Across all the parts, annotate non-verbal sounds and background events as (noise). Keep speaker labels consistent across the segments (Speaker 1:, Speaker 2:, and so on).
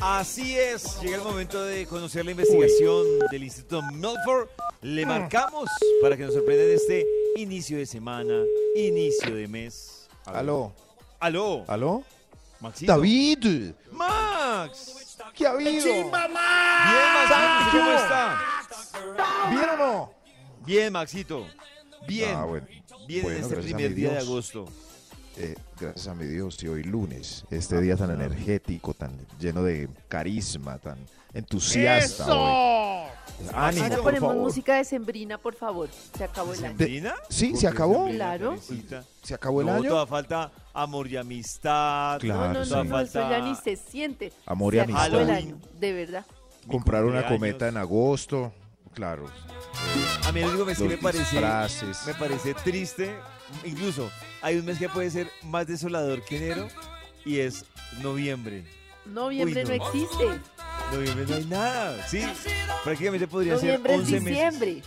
Speaker 1: Así es, llega el momento de conocer la investigación del Instituto Milford. Le
Speaker 2: Mm.
Speaker 1: marcamos para que nos sorprenda en este inicio de semana, inicio de mes. A ver.
Speaker 2: Aló,
Speaker 1: Aló.
Speaker 2: aló.
Speaker 1: Maxito.
Speaker 2: David,
Speaker 1: Max.
Speaker 2: ¿qué ha habido?
Speaker 1: Bien, Maxito, ¿cómo está?
Speaker 2: ¿Bien o no?
Speaker 1: Bien, Maxito. Bien.
Speaker 2: Ah, bueno.
Speaker 1: Bien
Speaker 2: Bueno,
Speaker 1: en este
Speaker 2: gracias a
Speaker 1: primer
Speaker 2: mi
Speaker 1: día de
Speaker 2: Dios.
Speaker 1: agosto.
Speaker 2: Eh, gracias a mi Dios y hoy lunes, este día tan energético, tan lleno de carisma, tan entusiasta. hoy. Ánimo,
Speaker 3: Ahora
Speaker 2: por
Speaker 3: ponemos
Speaker 2: favor.
Speaker 3: música de Sembrina, por favor. Se acabó el año.
Speaker 2: De-
Speaker 1: ¿Sembrina?
Speaker 2: sí,
Speaker 1: ¿Por
Speaker 2: se
Speaker 1: qué
Speaker 2: acabó.
Speaker 1: Sembrina,
Speaker 3: Claro.
Speaker 1: Karencita?
Speaker 2: ¿Se acabó el
Speaker 1: No,
Speaker 2: año?
Speaker 1: toda falta amor y amistad.
Speaker 3: No,
Speaker 2: Claro,
Speaker 3: no,
Speaker 2: sí.
Speaker 3: no,
Speaker 1: toda
Speaker 3: no, eso
Speaker 1: falta
Speaker 3: ya ni se siente.
Speaker 2: Amor y
Speaker 3: se
Speaker 2: amistad.
Speaker 3: acabó el año, de verdad.
Speaker 1: mi
Speaker 2: Comprar una
Speaker 1: cumpleaños.
Speaker 2: cometa en agosto. Claro.
Speaker 1: A mí el único mes que
Speaker 2: Los
Speaker 1: me parece,
Speaker 2: disfraces.
Speaker 1: me parece triste, incluso hay un mes que puede ser más desolador que enero y es noviembre.
Speaker 3: Noviembre
Speaker 1: Uy,
Speaker 3: no.
Speaker 1: no.
Speaker 3: existe.
Speaker 1: Noviembre no hay nada, sí. Prácticamente podría
Speaker 3: Noviembre
Speaker 1: ser
Speaker 3: es
Speaker 1: 11 meses.
Speaker 3: diciembre.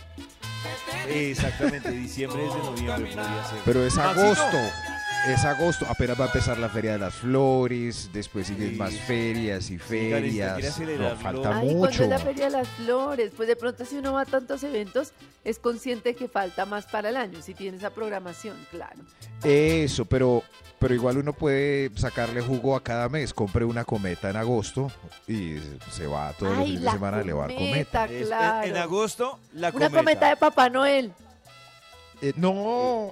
Speaker 1: Eh, Exactamente, diciembre es de noviembre podría ser.
Speaker 2: Pero es
Speaker 1: Maxito.
Speaker 2: agosto. Es agosto. Apenas va a empezar la Feria de las Flores. Después siguen
Speaker 1: Sí.
Speaker 2: más ferias y
Speaker 1: Karencita, quiere
Speaker 2: ferias.
Speaker 1: acelerar
Speaker 2: No, falta
Speaker 1: lo-
Speaker 3: Ay, cuando
Speaker 2: mucho.
Speaker 3: es la Feria de las Flores, pues de pronto si uno va a tantos eventos, es consciente que falta más para el año, si tiene esa programación, claro.
Speaker 2: Eso, pero, pero igual uno puede sacarle jugo a cada mes. Compre una cometa en agosto y se va todos los
Speaker 3: Ay,
Speaker 2: fines de
Speaker 3: la
Speaker 2: semana a elevar cometa.
Speaker 3: cometa,
Speaker 1: Es- en-
Speaker 3: Ah, claro.
Speaker 1: En agosto, la
Speaker 3: Una cometa de Papá Noel.
Speaker 2: Eh, no.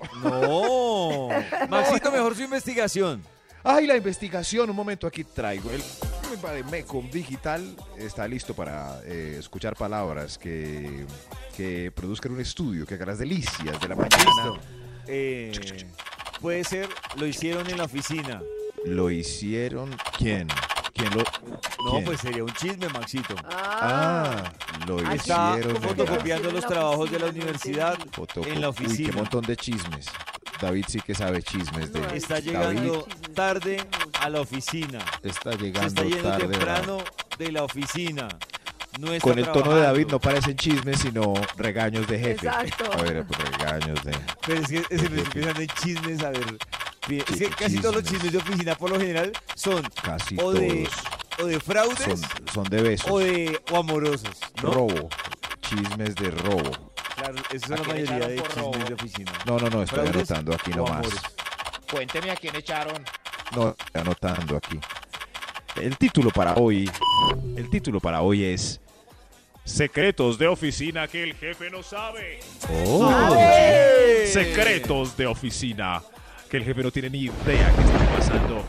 Speaker 1: No.
Speaker 3: (laughs)
Speaker 1: Maxito, mejor su investigación.
Speaker 2: Ay, la investigación. Un momento, aquí traigo el Mecum Digital. Está listo para eh, escuchar palabras que, que produzcan un estudio, que haga las delicias de la mañana.
Speaker 1: Listo. Eh, puede ser, lo hicieron en la oficina.
Speaker 2: Lo hicieron. ¿Quién? ¿Quién lo.?
Speaker 1: No,
Speaker 2: ¿Quién?
Speaker 1: pues sería un chisme, Maxito.
Speaker 2: Ah,
Speaker 3: Ah,
Speaker 2: lo
Speaker 3: Aquí
Speaker 1: Está
Speaker 2: hicieron. en la-
Speaker 1: fotocopiando los trabajos de la universidad
Speaker 2: Fotoco-
Speaker 1: en la
Speaker 2: Uy, qué
Speaker 1: oficina.
Speaker 2: montón de chismes. David sí que sabe chismes de.
Speaker 3: No,
Speaker 1: Está
Speaker 3: David.
Speaker 1: llegando tarde a la oficina.
Speaker 2: está
Speaker 1: Se
Speaker 2: llegando
Speaker 1: está yendo
Speaker 2: tarde.
Speaker 1: temprano de la oficina. No está
Speaker 2: Con el tono de David no
Speaker 1: trabajando.
Speaker 2: parecen chismes, sino regaños de jefe.
Speaker 3: Exacto.
Speaker 2: A ver, pues, regaños de.
Speaker 1: Pero es que es que me estoy pensando en chismes, a ver. Es que
Speaker 2: Chismes.
Speaker 1: casi todos los chismes de oficina por lo general son
Speaker 2: Casi
Speaker 1: o de,
Speaker 2: todos
Speaker 1: o de fraudes
Speaker 2: son, son de besos.
Speaker 1: o de o amorosos. ¿no?
Speaker 2: Robo. Chismes de robo.
Speaker 1: Claro, esa es la
Speaker 4: Aquí le
Speaker 1: mayoría
Speaker 4: echaron
Speaker 1: de
Speaker 4: por
Speaker 1: chismes
Speaker 4: robo.
Speaker 1: de oficina.
Speaker 2: No, no, no, estoy
Speaker 1: Fraudes
Speaker 2: anotando aquí
Speaker 1: o
Speaker 2: nomás.
Speaker 1: amores.
Speaker 4: Cuénteme a quién echaron.
Speaker 2: No, estoy anotando aquí. El título para hoy. El título para hoy es.
Speaker 5: Secretos de oficina que el jefe no sabe.
Speaker 3: Oh.
Speaker 5: Secretos de oficina que el jefe no tiene ni idea que está pasando.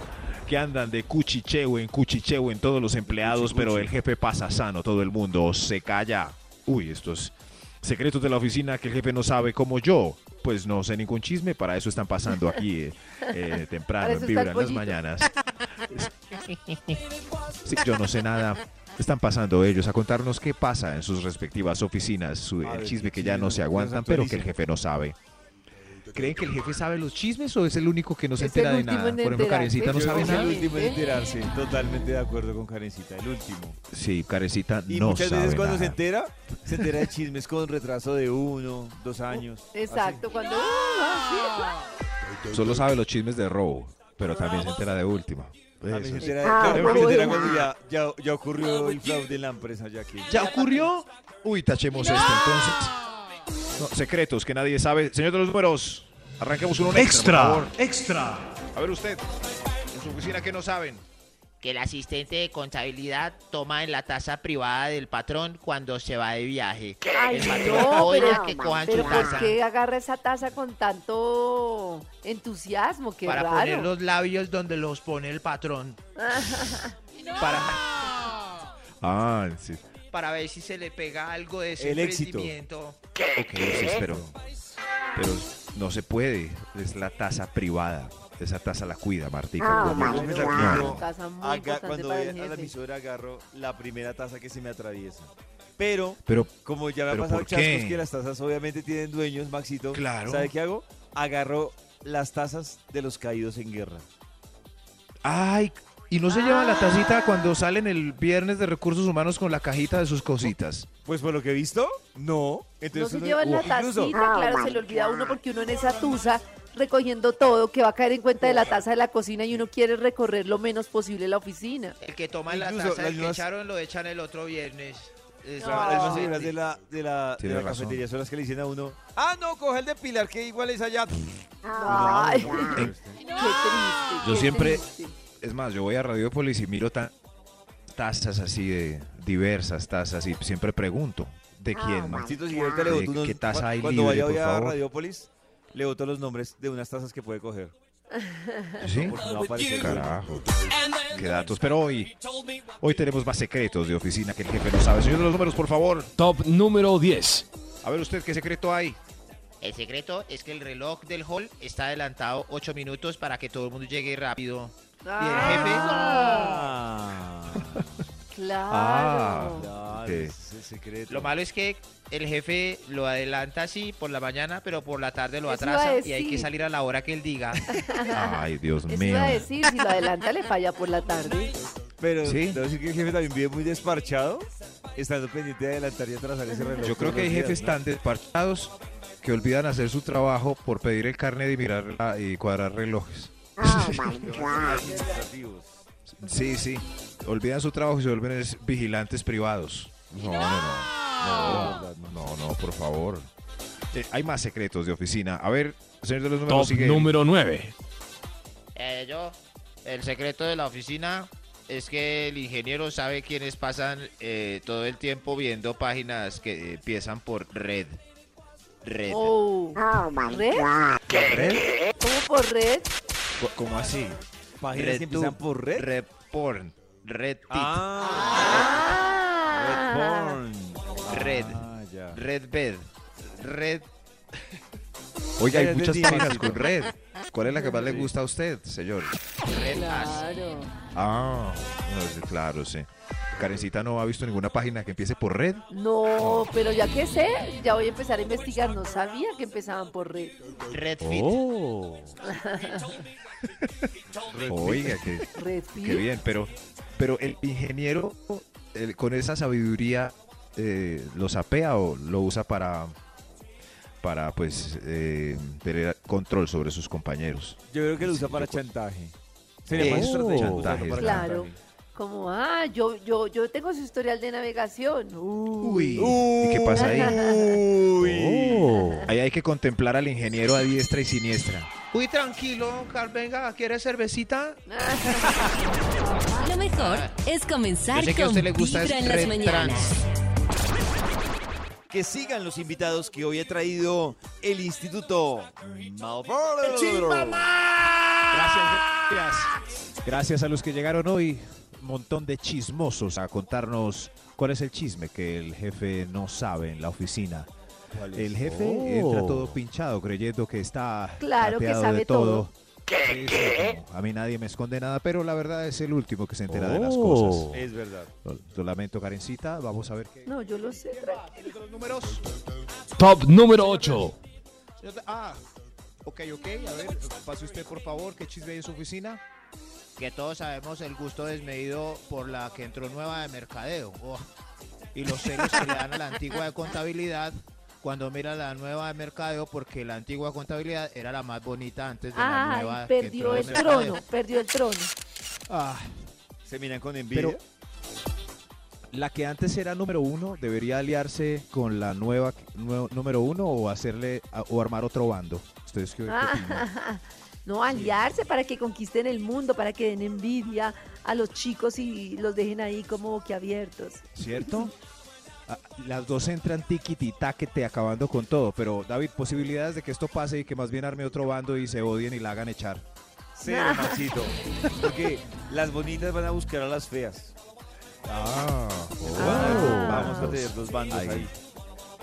Speaker 5: Que andan de cuchicheo en cuchicheo en todos los empleados, pero el jefe pasa sano, todo el mundo se calla. Uy, estos secretos de la oficina que el jefe no sabe como yo. Pues no sé ningún chisme, para eso están pasando aquí eh,
Speaker 3: (laughs)
Speaker 5: eh,
Speaker 3: Para
Speaker 5: temprano,
Speaker 3: eso
Speaker 5: en
Speaker 3: está el
Speaker 5: Vibra en las
Speaker 3: pollito.
Speaker 5: mañanas. Sí, yo no sé nada. Están pasando ellos a contarnos qué pasa en sus respectivas oficinas, su-
Speaker 1: A
Speaker 5: el
Speaker 1: ver,
Speaker 5: chisme
Speaker 1: qué
Speaker 5: que ya no
Speaker 1: chismes
Speaker 5: se aguantan,
Speaker 1: nos
Speaker 5: pero que el
Speaker 1: actualicen.
Speaker 5: jefe no sabe. ¿Creen que el jefe sabe los chismes o es el único que no se
Speaker 3: Es el
Speaker 5: entera de
Speaker 3: último
Speaker 5: nada?
Speaker 3: en
Speaker 5: Por ejemplo,
Speaker 3: enterarse.
Speaker 5: Karencita no
Speaker 1: Yo
Speaker 5: sabe
Speaker 1: creo que
Speaker 5: nada.
Speaker 1: El último en
Speaker 3: ¿Eh?
Speaker 1: enterarse, totalmente de acuerdo con Karencita, el último.
Speaker 5: Sí, Karencita
Speaker 1: Y
Speaker 5: no
Speaker 1: muchas veces
Speaker 5: sabe
Speaker 1: cuando se
Speaker 5: nada. (laughs)
Speaker 1: entera, se entera de chismes con retraso de uno, dos años. Ah,
Speaker 3: exacto, cuando... ah,
Speaker 5: Solo sabe los chismes de robo,
Speaker 2: Pero también se entera de última.
Speaker 1: Así. También se
Speaker 2: Eso.
Speaker 1: entera,
Speaker 3: Ah,
Speaker 1: claro, también se entera
Speaker 3: bueno.
Speaker 1: cuando ya, ya, ya ocurrió el fraude en la empresa, ya que...
Speaker 2: ¿Ya ocurrió? Uy, tachemos esto entonces.
Speaker 5: No, secretos que nadie sabe. Señor de los números, arranquemos con un extra. por favor. A ver usted, en su oficina, ¿qué no saben?
Speaker 4: Que el asistente de contabilidad toma en la tasa privada del patrón cuando se va de viaje.
Speaker 3: Ay,
Speaker 4: El patrón
Speaker 3: no,
Speaker 4: odia
Speaker 3: pero,
Speaker 4: que cojan
Speaker 3: pero
Speaker 4: su
Speaker 3: ¿por
Speaker 4: taza
Speaker 3: qué agarra esa taza con tanto entusiasmo? Qué
Speaker 4: para
Speaker 3: raro.
Speaker 4: poner los labios donde los pone
Speaker 3: (laughs)
Speaker 4: el patrón. para,
Speaker 5: Ah, sí.
Speaker 4: para ver si se le pega algo de ese
Speaker 1: El éxito.
Speaker 4: emprendimiento.
Speaker 5: Ok, sí, pero, pero no se puede. Es la tasa privada. Esa taza la cuida, Martica.
Speaker 3: Ah,
Speaker 5: Dios mío.
Speaker 3: María.
Speaker 1: me
Speaker 3: Claro,
Speaker 1: la
Speaker 3: una
Speaker 1: quito,
Speaker 3: taza muy
Speaker 1: acá,
Speaker 3: importante
Speaker 1: cuando
Speaker 3: para
Speaker 1: voy
Speaker 3: el
Speaker 1: a la
Speaker 3: jefe.
Speaker 1: emisora agarro la primera taza que se me atraviesa. Pero,
Speaker 5: Pero,
Speaker 1: como ya me ha
Speaker 5: ¿Pero
Speaker 1: pasado
Speaker 5: por
Speaker 1: chascos
Speaker 5: qué?
Speaker 1: que las tazas obviamente tienen dueños, Maxito.
Speaker 5: Claro.
Speaker 1: ¿Sabe qué hago? Agarro las tazas de los caídos en guerra.
Speaker 5: ay, y no se lleva la tacita cuando salen el viernes de recursos humanos con la cajita de sus cositas.
Speaker 1: Pues por lo que he visto, no.
Speaker 3: No
Speaker 1: Entonces
Speaker 3: se
Speaker 1: uno-
Speaker 3: llevan la
Speaker 1: o incluso-
Speaker 3: tacita,
Speaker 4: Ah,
Speaker 3: claro, se le olvida a uno porque uno en esa tusa recogiendo todo que va a caer en cuenta de la taza de la cocina y uno quiere recorrer lo menos posible la oficina.
Speaker 4: El que toma
Speaker 1: Incluso
Speaker 4: la taza,
Speaker 1: las
Speaker 4: el que
Speaker 1: nuevas-
Speaker 4: echaron, lo echan el otro viernes. Es
Speaker 3: No.
Speaker 1: Las
Speaker 3: Ah.
Speaker 1: más seguras de la, de la, de
Speaker 5: Tiene
Speaker 1: la
Speaker 5: razón.
Speaker 1: cafetería son las que le dicen a uno, ah, no, coge el de Pilar, que igual es allá.
Speaker 5: Mm.
Speaker 4: Ah.
Speaker 3: Ay, qué
Speaker 1: Ah. Uno,
Speaker 3: triste.
Speaker 5: Yo
Speaker 3: qué
Speaker 5: siempre-
Speaker 3: triste.
Speaker 5: Es más, yo voy a Radiopolis y miro ta- tazas así de diversas tazas y siempre pregunto,
Speaker 3: Ah,
Speaker 5: ¿de quién?
Speaker 1: no.
Speaker 5: ma?
Speaker 1: Maxito, si ahorita le boto
Speaker 5: ¿De
Speaker 1: unos-
Speaker 5: Eh, qué taza hay
Speaker 1: Cuando
Speaker 5: libre,
Speaker 1: vaya hoy
Speaker 5: por
Speaker 1: a
Speaker 5: favor?
Speaker 1: Radiopolis, le boto los nombres de unas tazas que puede coger.
Speaker 5: ¿Sí?
Speaker 1: Porque no va a aparecer.
Speaker 5: Carajo. Qué datos. Pero hoy, hoy tenemos más secretos de oficina que el jefe no sabe. Señor de los números, por favor.
Speaker 6: Top número 10.
Speaker 5: A ver usted qué secreto hay.
Speaker 4: El secreto es que el reloj del hall está adelantado 8 minutos para que todo el mundo llegue rápido. Y el jefe,
Speaker 1: Ah,
Speaker 5: Ah,
Speaker 3: Claro.
Speaker 1: claro,
Speaker 5: Ok.
Speaker 1: Ah, ese es el secreto.
Speaker 4: lo malo es que el jefe lo adelanta así por la mañana, pero por la tarde lo
Speaker 3: Eso iba a
Speaker 4: atrasa y hay
Speaker 3: decir.
Speaker 4: que salir a la hora que
Speaker 3: (laughs)
Speaker 4: él diga.
Speaker 5: Ay, Dios
Speaker 3: Eso iba
Speaker 5: mío.
Speaker 3: a decir, si lo adelanta le falla por la tarde.
Speaker 1: Pero
Speaker 5: Sí.
Speaker 1: debo decir que el jefe también vive muy desparchado, estando pendiente de adelantar y atrasar ese reloj.
Speaker 5: Yo creo
Speaker 1: todos
Speaker 5: que hay
Speaker 1: los días,
Speaker 5: jefes
Speaker 1: ¿no?
Speaker 5: tan desparchados que olvidan hacer su trabajo por pedir el carnet y mirar la- y cuadrar relojes.
Speaker 1: Administrativos.
Speaker 5: Sí, sí. Olvidan su trabajo y se vuelven es- vigilantes privados. No, no, no. No, no, no, por favor. Eh, hay más secretos de oficina. A ver, señor de los números,
Speaker 6: Top
Speaker 5: sigue.
Speaker 6: número 9.
Speaker 4: Eh, yo, el secreto de la oficina es que el ingeniero sabe quienes pasan eh, todo el tiempo viendo páginas que eh, empiezan por red. Red.
Speaker 3: Oh. ¿Red? ¿Cómo por red?
Speaker 5: Co- ¿Cómo así?
Speaker 1: Páginas que empiezan
Speaker 4: Tube,
Speaker 1: por
Speaker 3: ¿Eh?
Speaker 1: red.
Speaker 4: Red porn. Red tit.
Speaker 1: Ah,
Speaker 3: Ah.
Speaker 1: red porn.
Speaker 4: Red.
Speaker 1: Ah, ya.
Speaker 4: Red bed. Red.
Speaker 5: Oiga,
Speaker 1: Ya
Speaker 5: hay muchas
Speaker 1: entendí,
Speaker 5: páginas
Speaker 1: Maxito.
Speaker 5: con red. ¿Cuál es la que más le gusta a usted, señor?
Speaker 4: Red as.
Speaker 3: Claro.
Speaker 5: Ah, no, sí, claro, sí. Karencita no ha visto ninguna página que empiece por red.
Speaker 3: No, pero ya que sé, ya voy a empezar a investigar. No sabía que empezaban por red.
Speaker 4: Red fit.
Speaker 6: Oh.
Speaker 5: Oiga, qué,
Speaker 3: Red
Speaker 5: qué
Speaker 3: Pill.
Speaker 5: bien, pero, pero el ingeniero el- con esa sabiduría eh, lo sapea o lo usa para, para pues, eh, tener control sobre sus compañeros.
Speaker 1: Yo creo que lo usa
Speaker 5: Sí,
Speaker 1: para
Speaker 5: yo creo-
Speaker 1: chantaje. Sería más
Speaker 5: Oh.
Speaker 1: estratégico usarlo
Speaker 5: Chantaje,
Speaker 1: para
Speaker 3: claro.
Speaker 1: chantaje.
Speaker 3: Como, ah, yo, yo, yo tengo su historial de navegación. Uh,
Speaker 5: Uy, ¿y qué pasa ahí?
Speaker 6: Oh.
Speaker 5: Ahí hay que contemplar al ingeniero a diestra y siniestra.
Speaker 4: Uy, tranquilo, Carl, venga, ¿quieres cervecita?
Speaker 7: Lo mejor es comenzar
Speaker 4: Yo sé Ah. que a
Speaker 7: con
Speaker 4: usted le gusta
Speaker 7: Vibra
Speaker 4: es
Speaker 7: en las
Speaker 4: red
Speaker 7: mañanas.
Speaker 1: Que sigan los invitados que hoy ha traído el Instituto Malboro.
Speaker 5: Gracias, gracias. Gracias a los que llegaron hoy, un montón de chismosos a contarnos cuál es el chisme que el jefe no sabe en la oficina. El jefe
Speaker 6: Oh.
Speaker 5: entra todo pinchado creyendo que está
Speaker 3: Claro que
Speaker 5: apeado
Speaker 3: sabe
Speaker 5: de todo. Sí, sí, no, a mí nadie me esconde nada, pero la verdad es el último que se entera de las
Speaker 6: Oh.
Speaker 5: cosas.
Speaker 1: Es verdad.
Speaker 5: Lo, lo lamento, Karencita. Vamos a ver qué.
Speaker 3: No, yo lo sé. tranquilo.
Speaker 5: los números?
Speaker 6: Top número 8.
Speaker 5: Ah, ok, ok. A ver, pase usted, por favor. ¿Qué chisme hay en su oficina?
Speaker 4: Que todos sabemos el gusto desmedido por la que entró nueva de mercadeo. Oh, Y los celos que le dan a la antigua de contabilidad cuando mira la nueva de mercadeo porque la antigua contabilidad era la más bonita antes de la
Speaker 3: Ay,
Speaker 4: nueva que
Speaker 3: Ah,
Speaker 4: entró
Speaker 3: perdió
Speaker 4: de
Speaker 3: el
Speaker 4: mercadeo.
Speaker 5: (laughs)
Speaker 3: trono, perdió el trono.
Speaker 5: Ah,
Speaker 1: Se miran con envidia.
Speaker 5: pero la que antes era número uno debería aliarse con la nueva que- nue- número uno o hacerle a- o armar otro bando. ¿Ustedes qué, qué opinan?
Speaker 3: Ah, (laughs) no, aliarse para que conquisten el mundo, para que den envidia a los chicos y los dejen ahí como boquiabiertos.
Speaker 5: ¿Cierto? Ah, Las dos entran tiquititaquete acabando con todo, pero David, posibilidades de que esto pase y que más bien arme otro bando y se odien y la hagan echar.
Speaker 1: Cero,
Speaker 3: Ah.
Speaker 1: Maxito. Porque las bonitas van a buscar a las feas.
Speaker 5: Ah,
Speaker 1: Van a-
Speaker 3: Ah.
Speaker 1: Vamos a tener dos bandos
Speaker 5: Ahí.
Speaker 1: ahí.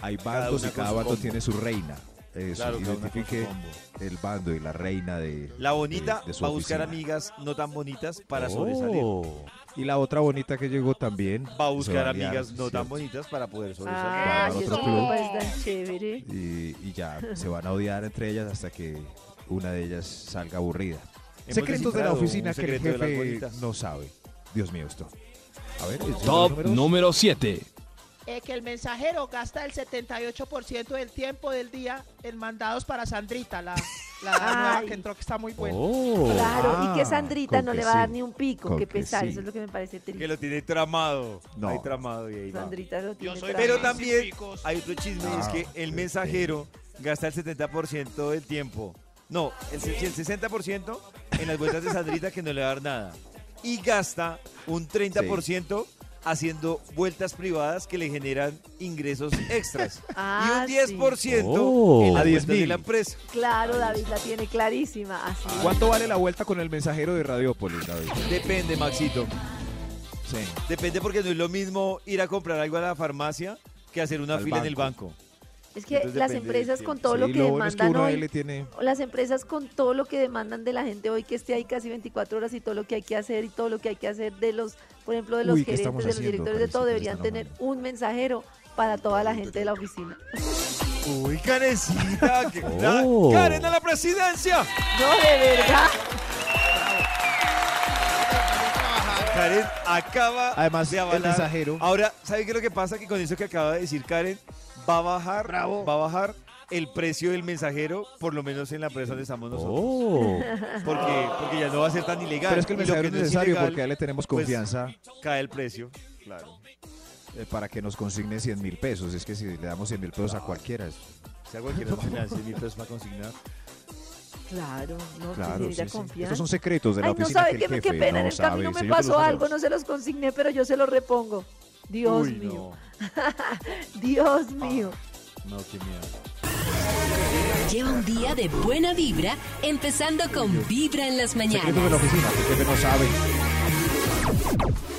Speaker 5: Hay
Speaker 1: Cada
Speaker 5: bandos
Speaker 1: una
Speaker 5: y cada
Speaker 1: con su
Speaker 5: bando
Speaker 1: combo.
Speaker 5: tiene su reina. Eso,
Speaker 1: Claro, cada una con su
Speaker 5: identifique
Speaker 1: combo.
Speaker 5: el bando y la reina de.
Speaker 1: La bonita
Speaker 5: de- de su
Speaker 1: va a buscar
Speaker 5: oficina. Oh,
Speaker 1: amigas no tan bonitas para sobresalir.
Speaker 6: Oh.
Speaker 5: Y la otra bonita que llegó también.
Speaker 1: Va a buscar
Speaker 5: se va a liar,
Speaker 1: amigas no tan
Speaker 5: ¿cierto?
Speaker 1: bonitas para poder sobresalir.
Speaker 3: Ah,
Speaker 5: Para
Speaker 3: y
Speaker 5: otro
Speaker 3: eso que
Speaker 5: club.
Speaker 3: me parece tan chévere.
Speaker 5: Y, y ya
Speaker 1: (laughs)
Speaker 5: se van a odiar entre ellas hasta que una de ellas salga aburrida.
Speaker 1: Hemos
Speaker 5: Secretos de la
Speaker 1: descifrado un
Speaker 5: oficina que el
Speaker 1: secreto de las
Speaker 5: jefe
Speaker 1: bonitas.
Speaker 5: no sabe. Dios mío, esto. A ver, ¿esos son los
Speaker 6: Top
Speaker 5: números?
Speaker 6: número 7.
Speaker 8: Eh, que el mensajero gasta el 78% del tiempo del día en mandados para Sandrita, la,
Speaker 3: (laughs)
Speaker 8: la nueva
Speaker 3: Ay.
Speaker 8: que entró que está muy buena.
Speaker 3: Claro, y que
Speaker 5: Ah,
Speaker 3: Sandrita
Speaker 5: con
Speaker 3: no
Speaker 5: que
Speaker 3: le va a dar
Speaker 5: sí,
Speaker 3: ni un pico,
Speaker 5: con
Speaker 3: qué
Speaker 5: que
Speaker 3: pesar,
Speaker 5: sí.
Speaker 3: eso es lo que me parece triste.
Speaker 1: Que lo tiene tramado.
Speaker 5: No.
Speaker 1: Hay tramado y ahí va.
Speaker 3: Sandrita lo tiene
Speaker 8: soy
Speaker 1: Pero
Speaker 3: trabado.
Speaker 8: tam-
Speaker 1: también
Speaker 8: Picos.
Speaker 1: hay otro chisme, y es
Speaker 5: Ah,
Speaker 1: que el
Speaker 5: sí,
Speaker 1: mensajero gasta el 70% del tiempo. No, el, se- el 60% en las vueltas de Sandrita que no le va a dar nada. Y gasta un 30% haciendo vueltas privadas que le generan ingresos extras.
Speaker 3: Ah,
Speaker 1: y
Speaker 3: sí.
Speaker 1: un 10%
Speaker 9: Oh.
Speaker 1: en
Speaker 9: A
Speaker 1: las
Speaker 9: 10
Speaker 1: vueltas de
Speaker 9: mil.
Speaker 1: la empresa.
Speaker 3: Claro, David la tiene clarísima. Así es.
Speaker 5: ¿Cuánto vale la vuelta con el mensajero de Radiópolis, David?
Speaker 1: Depende, Maxito.
Speaker 5: Sí.
Speaker 1: Depende porque no es lo mismo ir a comprar algo a la farmacia que hacer una
Speaker 5: Al
Speaker 1: fila en el banco.
Speaker 3: Es que
Speaker 1: Entonces
Speaker 3: las
Speaker 1: depende
Speaker 3: empresas
Speaker 1: del
Speaker 3: con todo
Speaker 5: Sí,
Speaker 3: lo que
Speaker 5: bueno es que
Speaker 3: demandan
Speaker 5: uno ahí
Speaker 3: hoy,
Speaker 5: le tiene.
Speaker 3: las empresas con todo lo que demandan de la gente hoy que esté ahí casi 24 horas y todo lo que hay que hacer y todo lo que hay que hacer de los, por ejemplo, de los
Speaker 5: Uy, ¿qué
Speaker 3: gerentes, de
Speaker 5: estamos
Speaker 3: los
Speaker 5: haciendo?
Speaker 3: directores, de
Speaker 5: Parece
Speaker 3: todo,
Speaker 5: que le
Speaker 3: deberían
Speaker 5: están
Speaker 3: tener
Speaker 5: amando.
Speaker 3: un mensajero para toda la gente de la oficina.
Speaker 1: Uy, Karencita, que
Speaker 9: Oh.
Speaker 1: Karen a la presidencia.
Speaker 3: No, de verdad.
Speaker 1: Karen acaba
Speaker 4: Además,
Speaker 1: de
Speaker 4: el
Speaker 1: avalar.
Speaker 4: mensajero.
Speaker 1: Ahora, ¿sabe qué es lo que pasa? Que con eso que acaba de decir Karen, va a bajar, va a bajar el precio del mensajero, por lo menos en la empresa donde estamos nosotros.
Speaker 6: Oh.
Speaker 1: Porque, porque ya no va a ser tan ilegal.
Speaker 5: Pero es que el
Speaker 1: Y lo
Speaker 5: mensajero es
Speaker 1: no es
Speaker 5: necesario
Speaker 1: ilegal,
Speaker 5: porque a él le tenemos
Speaker 1: pues,
Speaker 5: confianza
Speaker 1: cae el precio.
Speaker 5: eh, para que nos consigne 100 mil pesos. Es que si le damos 100 mil pesos a cualquiera, es- (laughs)
Speaker 1: Sea cualquiera financia, mil pesos para consignar.
Speaker 3: Claro,
Speaker 1: pues
Speaker 3: no,
Speaker 5: claro. sí,
Speaker 3: se
Speaker 5: sí.
Speaker 3: necesita
Speaker 5: Estos
Speaker 3: confianza.
Speaker 5: son secretos de la
Speaker 3: Ay, no
Speaker 5: oficina
Speaker 3: sabe
Speaker 5: que
Speaker 3: qué,
Speaker 5: el jefe
Speaker 3: qué pena, en
Speaker 5: no
Speaker 3: el
Speaker 5: sabe.
Speaker 3: camino me
Speaker 5: Señor de los
Speaker 3: pasó algo,
Speaker 5: números.
Speaker 3: no se los consigné, pero yo se los repongo. Dios
Speaker 1: Uy,
Speaker 3: mío, (laughs) Dios mío.
Speaker 1: no. No, qué miedo.
Speaker 7: Lleva un día de buena vibra, empezando con Vibra en las
Speaker 5: Secretos de la
Speaker 7: mañanas.
Speaker 5: oficina que el jefe no sabe.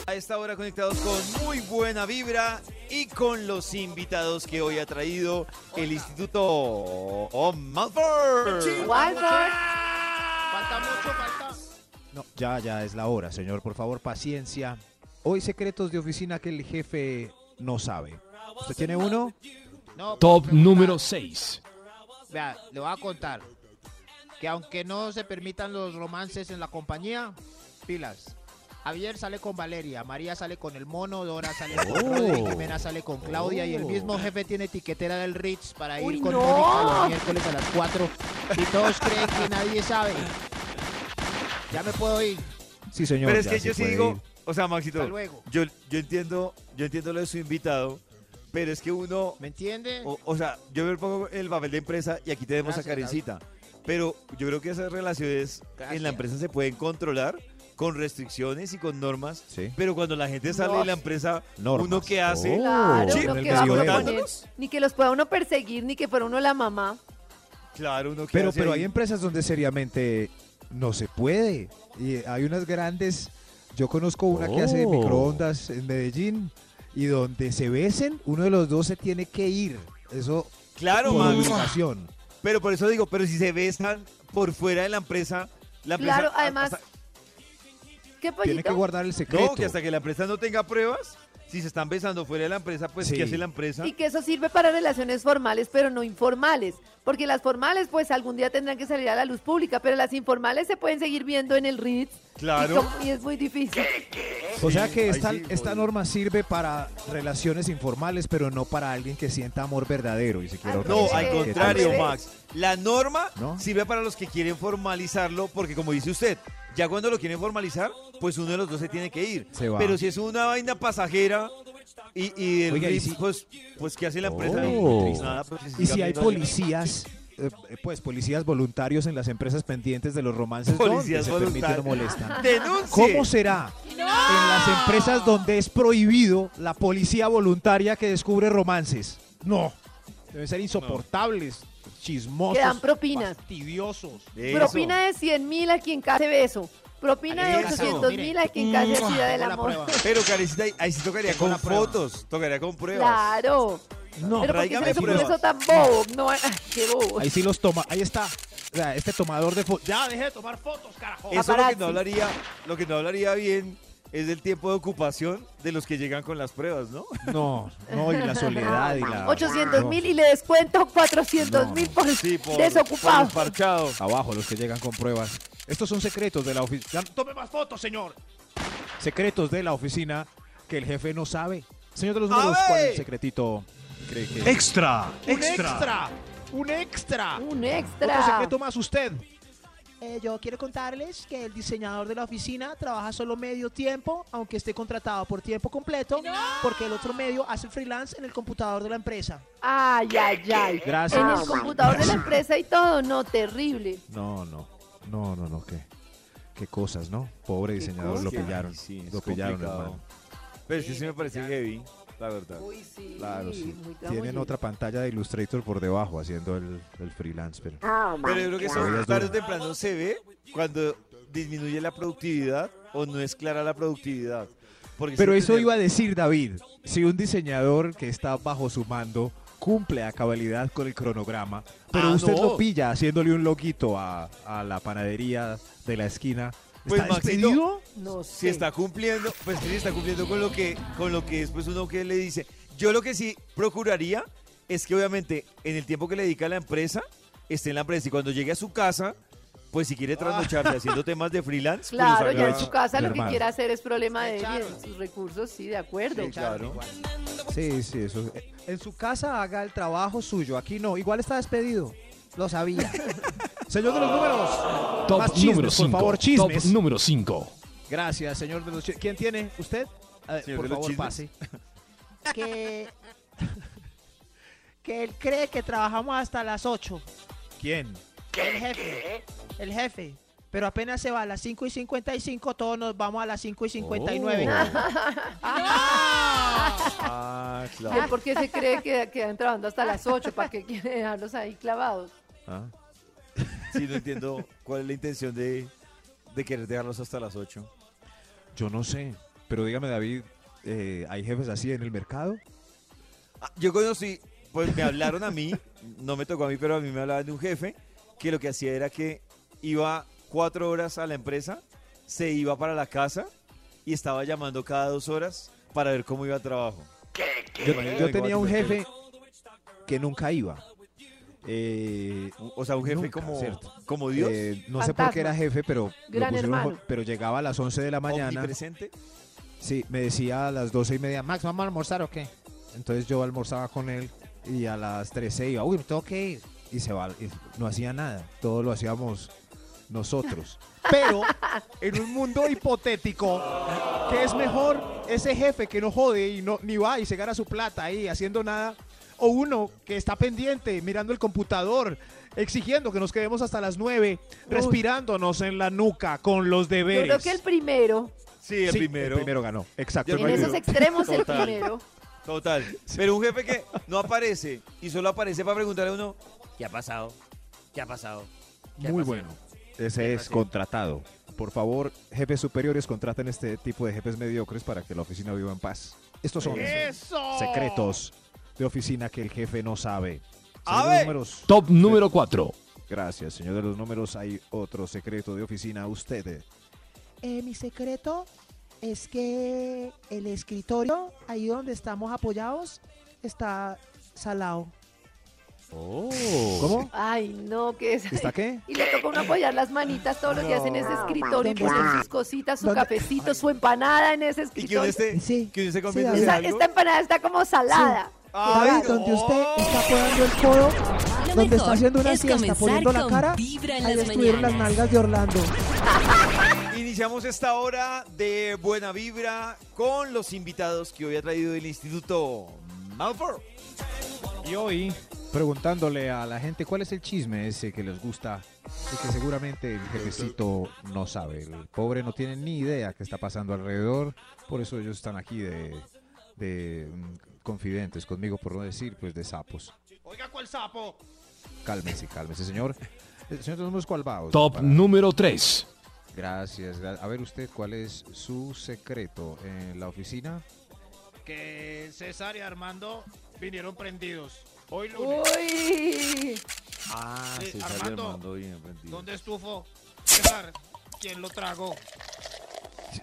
Speaker 1: A esta hora conectados con muy buena vibra y con los invitados que hoy ha traído el Instituto Malford.
Speaker 3: Walford.
Speaker 8: Falta mucho, falta.
Speaker 4: No, ya, ya es la hora, señor. Por favor, paciencia. Hoy secretos de oficina que el jefe no sabe. ¿Usted tiene uno?
Speaker 8: No,
Speaker 6: Top
Speaker 8: pregunta.
Speaker 6: número 6.
Speaker 4: Vea,
Speaker 8: Le voy a contar que aunque no se permitan los romances en la compañía, pilas. Javier sale con Valeria, María sale con el mono, Dora sale con
Speaker 3: Oh.
Speaker 8: Rodri, Jimena sale con Claudia y el mismo jefe tiene etiquetera del Ritz para ir
Speaker 3: Uy,
Speaker 8: con
Speaker 3: no.
Speaker 8: Mónica los miércoles a las 4 y todos creen que nadie sabe. Ya me puedo ir.
Speaker 4: Sí, señor.
Speaker 1: Pero es
Speaker 4: ya
Speaker 1: que
Speaker 4: se
Speaker 1: yo sí
Speaker 4: puede
Speaker 1: digo,
Speaker 4: ir.
Speaker 1: o sea,
Speaker 8: Hasta
Speaker 1: Maxito,
Speaker 8: luego.
Speaker 1: yo, yo entiendo, yo entiendo lo de su invitado, pero es que uno,
Speaker 8: ¿Me entiende?
Speaker 1: o, o sea, yo me pongo el papel de empresa y aquí tenemos a
Speaker 8: Gracias,
Speaker 1: Karencita. Pero yo creo que esas relaciones en la
Speaker 8: Gracias.
Speaker 1: empresa se pueden controlar con restricciones y con normas.
Speaker 5: Sí.
Speaker 1: Pero cuando la gente sale de la
Speaker 3: Normas.
Speaker 1: empresa, uno
Speaker 5: Normas.
Speaker 1: que hace,
Speaker 4: Oh,
Speaker 3: Claro,
Speaker 1: Sí,
Speaker 3: uno
Speaker 1: en el
Speaker 3: que va a
Speaker 1: medio de-
Speaker 3: proponer, ni que los pueda uno perseguir, ni que fuera uno la mamá.
Speaker 1: claro, uno que
Speaker 5: Pero,
Speaker 1: hace
Speaker 5: pero
Speaker 1: ahí?
Speaker 5: hay em- empresas donde seriamente no se puede. Y hay unas grandes. Yo conozco una que hace de
Speaker 9: Oh.
Speaker 5: microondas en Medellín y donde se besen, uno de los dos se tiene que ir. Eso
Speaker 1: Claro,
Speaker 5: por
Speaker 1: Max.
Speaker 5: obligación.
Speaker 1: Pero por eso digo, pero si se besan por fuera de la empresa, la empresa
Speaker 3: Claro,
Speaker 1: a-
Speaker 3: además,
Speaker 1: hasta-
Speaker 3: ¿Qué
Speaker 5: Tiene que
Speaker 3: pollito?
Speaker 5: guardar el secreto.
Speaker 1: no, que hasta que la empresa no tenga pruebas, si se están besando fuera de la empresa, pues
Speaker 5: Sí.
Speaker 1: ¿qué hace la empresa?
Speaker 3: Y que eso sirve para relaciones formales, pero no informales. Porque las formales, pues algún día tendrán que salir a la luz pública, pero las informales se pueden seguir viendo en el Ritz. y
Speaker 1: Claro.
Speaker 3: como- Y, es muy difícil.
Speaker 5: O sea que
Speaker 1: ahí
Speaker 5: esta,
Speaker 1: sí,
Speaker 5: esta
Speaker 1: jodido.
Speaker 5: norma sirve para relaciones informales, pero no para alguien que sienta amor verdadero y se quiera
Speaker 3: Al
Speaker 1: No,
Speaker 3: revés,
Speaker 5: organizar.
Speaker 1: al
Speaker 5: ¿Qué tal?
Speaker 1: contrario,
Speaker 3: revés.
Speaker 1: Max. La norma
Speaker 5: ¿No?
Speaker 1: sirve para los que quieren formalizarlo, porque como dice usted, ya cuando lo quieren formalizar, pues uno de los dos se tiene que ir.
Speaker 5: Se va.
Speaker 1: Pero si es una vaina pasajera y, y el
Speaker 5: Oiga, y
Speaker 1: Ritz,
Speaker 5: si-
Speaker 1: pues, pues ¿qué hace la empresa?
Speaker 9: Oh.
Speaker 1: Pues nada, pues,
Speaker 5: Y si
Speaker 1: siga
Speaker 5: hay
Speaker 1: viendo-
Speaker 5: policías, eh, pues policías voluntarios en las empresas pendientes de los romances
Speaker 1: Policías
Speaker 5: donde se permiten o
Speaker 1: voluntarios.
Speaker 5: molestan.
Speaker 1: ¡Denuncie!
Speaker 5: ¿Cómo será en las empresas donde es prohibido la policía voluntaria que descubre romances? No. Deben ser insoportables, chismosos,
Speaker 3: Que dan propinas.
Speaker 4: Fastidiosos.
Speaker 1: Eso.
Speaker 3: Propina de 100 mil a quien case beso. Propina de
Speaker 1: Eso.
Speaker 3: 800 mil a quien case ciudad del
Speaker 4: Tengo la
Speaker 3: amor.
Speaker 4: prueba.
Speaker 1: Pero, Karencita, ahí- ahí sí tocaría
Speaker 4: Tengo
Speaker 1: con
Speaker 4: la prueba.
Speaker 1: fotos, tocaría con pruebas.
Speaker 3: Claro.
Speaker 5: No,
Speaker 3: Pero ¿por qué se
Speaker 1: tráigame
Speaker 3: les ocurre
Speaker 1: pruebas.
Speaker 3: eso tan bobo? No, ay, qué bobo.
Speaker 5: ahí sí los toma. Ahí está. O sea, Este tomador de fotos. Ya, deje de tomar fotos, carajo.
Speaker 1: Eso lo que,
Speaker 3: Paparazzi.
Speaker 1: no hablaría, lo que no hablaría bien es del tiempo de ocupación de los que llegan con las pruebas, ¿no?
Speaker 5: No, no, y la soledad y la.
Speaker 3: 800
Speaker 5: No.
Speaker 3: mil y le descuento 400 mil por desocupado.
Speaker 1: los parchados.
Speaker 5: Abajo, los que llegan con pruebas. Estos son secretos de la oficina. ¡Tome más fotos, señor! Secretos de la oficina que el jefe no sabe. Señor de los números, ¿cuál es el secretito? Cree que-
Speaker 6: Extra,
Speaker 4: ¡Un extra! ¡Un extra!
Speaker 3: Un
Speaker 5: Otro
Speaker 3: extra.
Speaker 5: secreto más usted.
Speaker 4: Eh, yo quiero contarles que el diseñador de la oficina trabaja solo medio tiempo, aunque esté contratado por tiempo completo, porque el otro medio hace freelance en el computador de la empresa.
Speaker 3: Ay, ay, ay.
Speaker 5: Gracias.
Speaker 3: En el computador de la empresa y todo, no, terrible.
Speaker 5: No, no. No, no, no. Qué, qué cosas, ¿no? Pobre diseñador, Pues lo
Speaker 1: cosas.
Speaker 5: pillaron.
Speaker 1: Ay, sí, es
Speaker 5: lo pillaron,
Speaker 1: complicado.
Speaker 5: hermano.
Speaker 1: Pero es que sí me parece heavy, la verdad.
Speaker 3: Uy, sí.
Speaker 5: Claro, sí.
Speaker 3: muy
Speaker 5: Tienen
Speaker 3: tramoyito.
Speaker 5: otra pantalla de Illustrator por debajo haciendo el, el freelance. Pero...
Speaker 1: Pero yo creo que
Speaker 5: Todavía
Speaker 1: eso
Speaker 5: es
Speaker 1: tarde o
Speaker 5: duro.
Speaker 1: temprano se ve cuando disminuye la productividad o no es clara la productividad. Porque
Speaker 5: Pero
Speaker 1: sí
Speaker 5: eso
Speaker 1: tener-
Speaker 5: iba a decir David. Si un diseñador que está bajo su mando cumple a cabalidad con el cronograma, pero
Speaker 1: Ah,
Speaker 5: usted
Speaker 1: no.
Speaker 5: lo pilla haciéndole un loguito a, a la panadería de la esquina,
Speaker 1: Pues,
Speaker 5: ¿está
Speaker 1: Maxito,
Speaker 5: despedido?
Speaker 3: No
Speaker 1: Si
Speaker 3: sé.
Speaker 1: está cumpliendo, pues sí está cumpliendo con lo que con lo que después uno que le dice. Yo lo que sí procuraría es que obviamente en el tiempo que le dedica a la empresa, esté en la empresa y cuando llegue a su casa, pues si
Speaker 5: (laughs)
Speaker 1: quiere trasnocharse haciendo temas de freelance, pues los
Speaker 3: Claro,
Speaker 1: haga-
Speaker 3: ya en su casa lo que
Speaker 5: normal.
Speaker 3: quiera hacer es problema de él y de sus recursos, sí, de acuerdo.
Speaker 1: Claro.
Speaker 5: Sí, sí, eso.
Speaker 4: En su casa haga el trabajo suyo, aquí no, igual está despedido. Lo sabía.
Speaker 5: (laughs) Señor de los números.
Speaker 6: Top
Speaker 5: Más chismes,
Speaker 6: número
Speaker 5: por
Speaker 6: 5.
Speaker 5: favor, chismes.
Speaker 6: Top número 5.
Speaker 5: Gracias, señor de los chi- ¿Quién tiene? ¿Usted? A ver,
Speaker 1: Señor
Speaker 5: por
Speaker 1: de los
Speaker 5: favor, pase.
Speaker 1: chismes.
Speaker 4: que, (laughs) que él cree que trabajamos hasta las 8.
Speaker 5: ¿Quién?
Speaker 4: El jefe. El jefe. Pero apenas se va a las 5 y 55, todos nos vamos a las 5 y 59.
Speaker 5: Oh.
Speaker 1: Ah,
Speaker 3: ¿Y él
Speaker 1: claro.
Speaker 3: por qué se cree que (laughs) quedan trabajando hasta las 8? ¿Para qué quiere dejarlos ahí clavados?
Speaker 5: Ah,
Speaker 1: Sí, no entiendo cuál es la intención de, de querer dejarlos hasta las 8.
Speaker 5: yo no sé. Pero dígame, David, eh, ¿hay jefes así en el mercado?
Speaker 1: Ah, Yo conocí, pues me hablaron a mí, no me tocó a mí, pero a mí me hablaban de un jefe que lo que hacía era que iba cuatro horas a la empresa, se iba para la casa y estaba llamando cada dos horas para ver cómo iba el trabajo.
Speaker 5: Yo,
Speaker 1: Imagínate
Speaker 5: yo
Speaker 1: que
Speaker 5: tenía
Speaker 1: vas
Speaker 5: un
Speaker 1: y te
Speaker 5: jefe que nunca iba. Eh,
Speaker 1: O- O sea, un jefe
Speaker 5: Nunca,
Speaker 1: como,
Speaker 5: ¿cierto?
Speaker 1: como Dios,
Speaker 5: eh, no sé por qué era
Speaker 3: Fantasma.
Speaker 5: jefe, pero, lo
Speaker 3: Gran
Speaker 5: pusieron
Speaker 3: hermano.
Speaker 5: jo- pero llegaba a las 11 de la mañana.
Speaker 1: omnipresente.
Speaker 5: Sí, me decía a las 12 y media, Max, ¿vamos a almorzar o qué? Entonces yo almorzaba con él y a las 13 iba, uy, me tengo que ir. Y se va, y no hacía nada, todo lo hacíamos nosotros.
Speaker 4: Pero en un mundo hipotético, que es mejor ese jefe que no jode y no, ni va y se gana su plata ahí haciendo nada? O uno que está pendiente, mirando el computador, exigiendo que nos quedemos hasta las 9, respirándonos en la nuca con los
Speaker 3: Yo
Speaker 4: deberes.
Speaker 3: creo que el primero,
Speaker 1: Sí, el
Speaker 5: Sí,
Speaker 1: primero.
Speaker 5: primero ganó, exacto.
Speaker 1: Yo
Speaker 5: el
Speaker 3: en
Speaker 1: creo que
Speaker 5: primero.
Speaker 3: esos
Speaker 1: no.
Speaker 3: extremos el
Speaker 1: Total.
Speaker 3: primero.
Speaker 1: Total. Pero un jefe que no aparece y solo aparece para preguntarle a uno, ¿qué ha pasado? ¿Qué ha pasado?
Speaker 5: Muy bueno. Ese es contratado. Por favor, jefes superiores, contraten este tipo de jefes mediocres para que la oficina viva en paz. Estos son secretos de oficina que el jefe no sabe.
Speaker 1: A
Speaker 5: Señor de
Speaker 1: ver.
Speaker 5: números.
Speaker 6: Top número 4.
Speaker 5: Gracias, señor de los números. Hay otro secreto de oficina. Usted.
Speaker 10: Eh, mi secreto es que el escritorio, ahí donde estamos apoyados, está salado.
Speaker 1: (laughs)
Speaker 5: ¿Cómo?
Speaker 3: Ay, no, que es.
Speaker 5: ¿Está qué?
Speaker 3: (laughs) Y le toca uno apoyar las manitas todos los días en ese escritorio, que son sus cositas, su cafecito, su empanada en ese
Speaker 1: Y que uno
Speaker 3: escritorio.
Speaker 1: esté,
Speaker 10: Sí,
Speaker 1: que uno esté
Speaker 10: sí,
Speaker 1: comiendo
Speaker 10: David.
Speaker 3: Esa-
Speaker 1: algo.
Speaker 3: esta empanada está como salada.
Speaker 10: David, donde usted está apoyando el codo,
Speaker 7: Lo
Speaker 10: donde
Speaker 7: mejor
Speaker 10: está haciendo una
Speaker 7: es
Speaker 10: siesta,
Speaker 7: comenzar
Speaker 10: poniendo la
Speaker 7: con
Speaker 10: cara,
Speaker 7: Vibra en
Speaker 10: ahí
Speaker 7: las
Speaker 10: estuvieron las
Speaker 7: mañanas.
Speaker 10: nalgas de Orlando.
Speaker 1: Iniciamos esta hora de buena vibra con los invitados que hoy ha traído el Instituto Malfour.
Speaker 5: Y hoy, preguntándole a la gente cuál es el chisme ese que les gusta y que seguramente el jefecito no sabe. El pobre no tiene ni idea qué está pasando alrededor, por eso ellos están aquí de, de, mm, confidentes conmigo, por no decir, pues de sapos.
Speaker 4: Oiga, ¿cuál sapo?
Speaker 5: Cálmese, cálmese, señor. El señor tenemos cuál va. o sea,
Speaker 6: Top
Speaker 5: para-
Speaker 6: número 3.
Speaker 5: Gracias. gra- A ver usted, ¿cuál es su secreto en la oficina?
Speaker 4: que César y Armando vinieron prendidos. Hoy lunes.
Speaker 3: Uy.
Speaker 1: Ah,
Speaker 4: Sí,
Speaker 1: César y
Speaker 4: Armando,
Speaker 1: Armando, bien aprendido.
Speaker 4: ¿Dónde estufo? César, ¿quién lo tragó?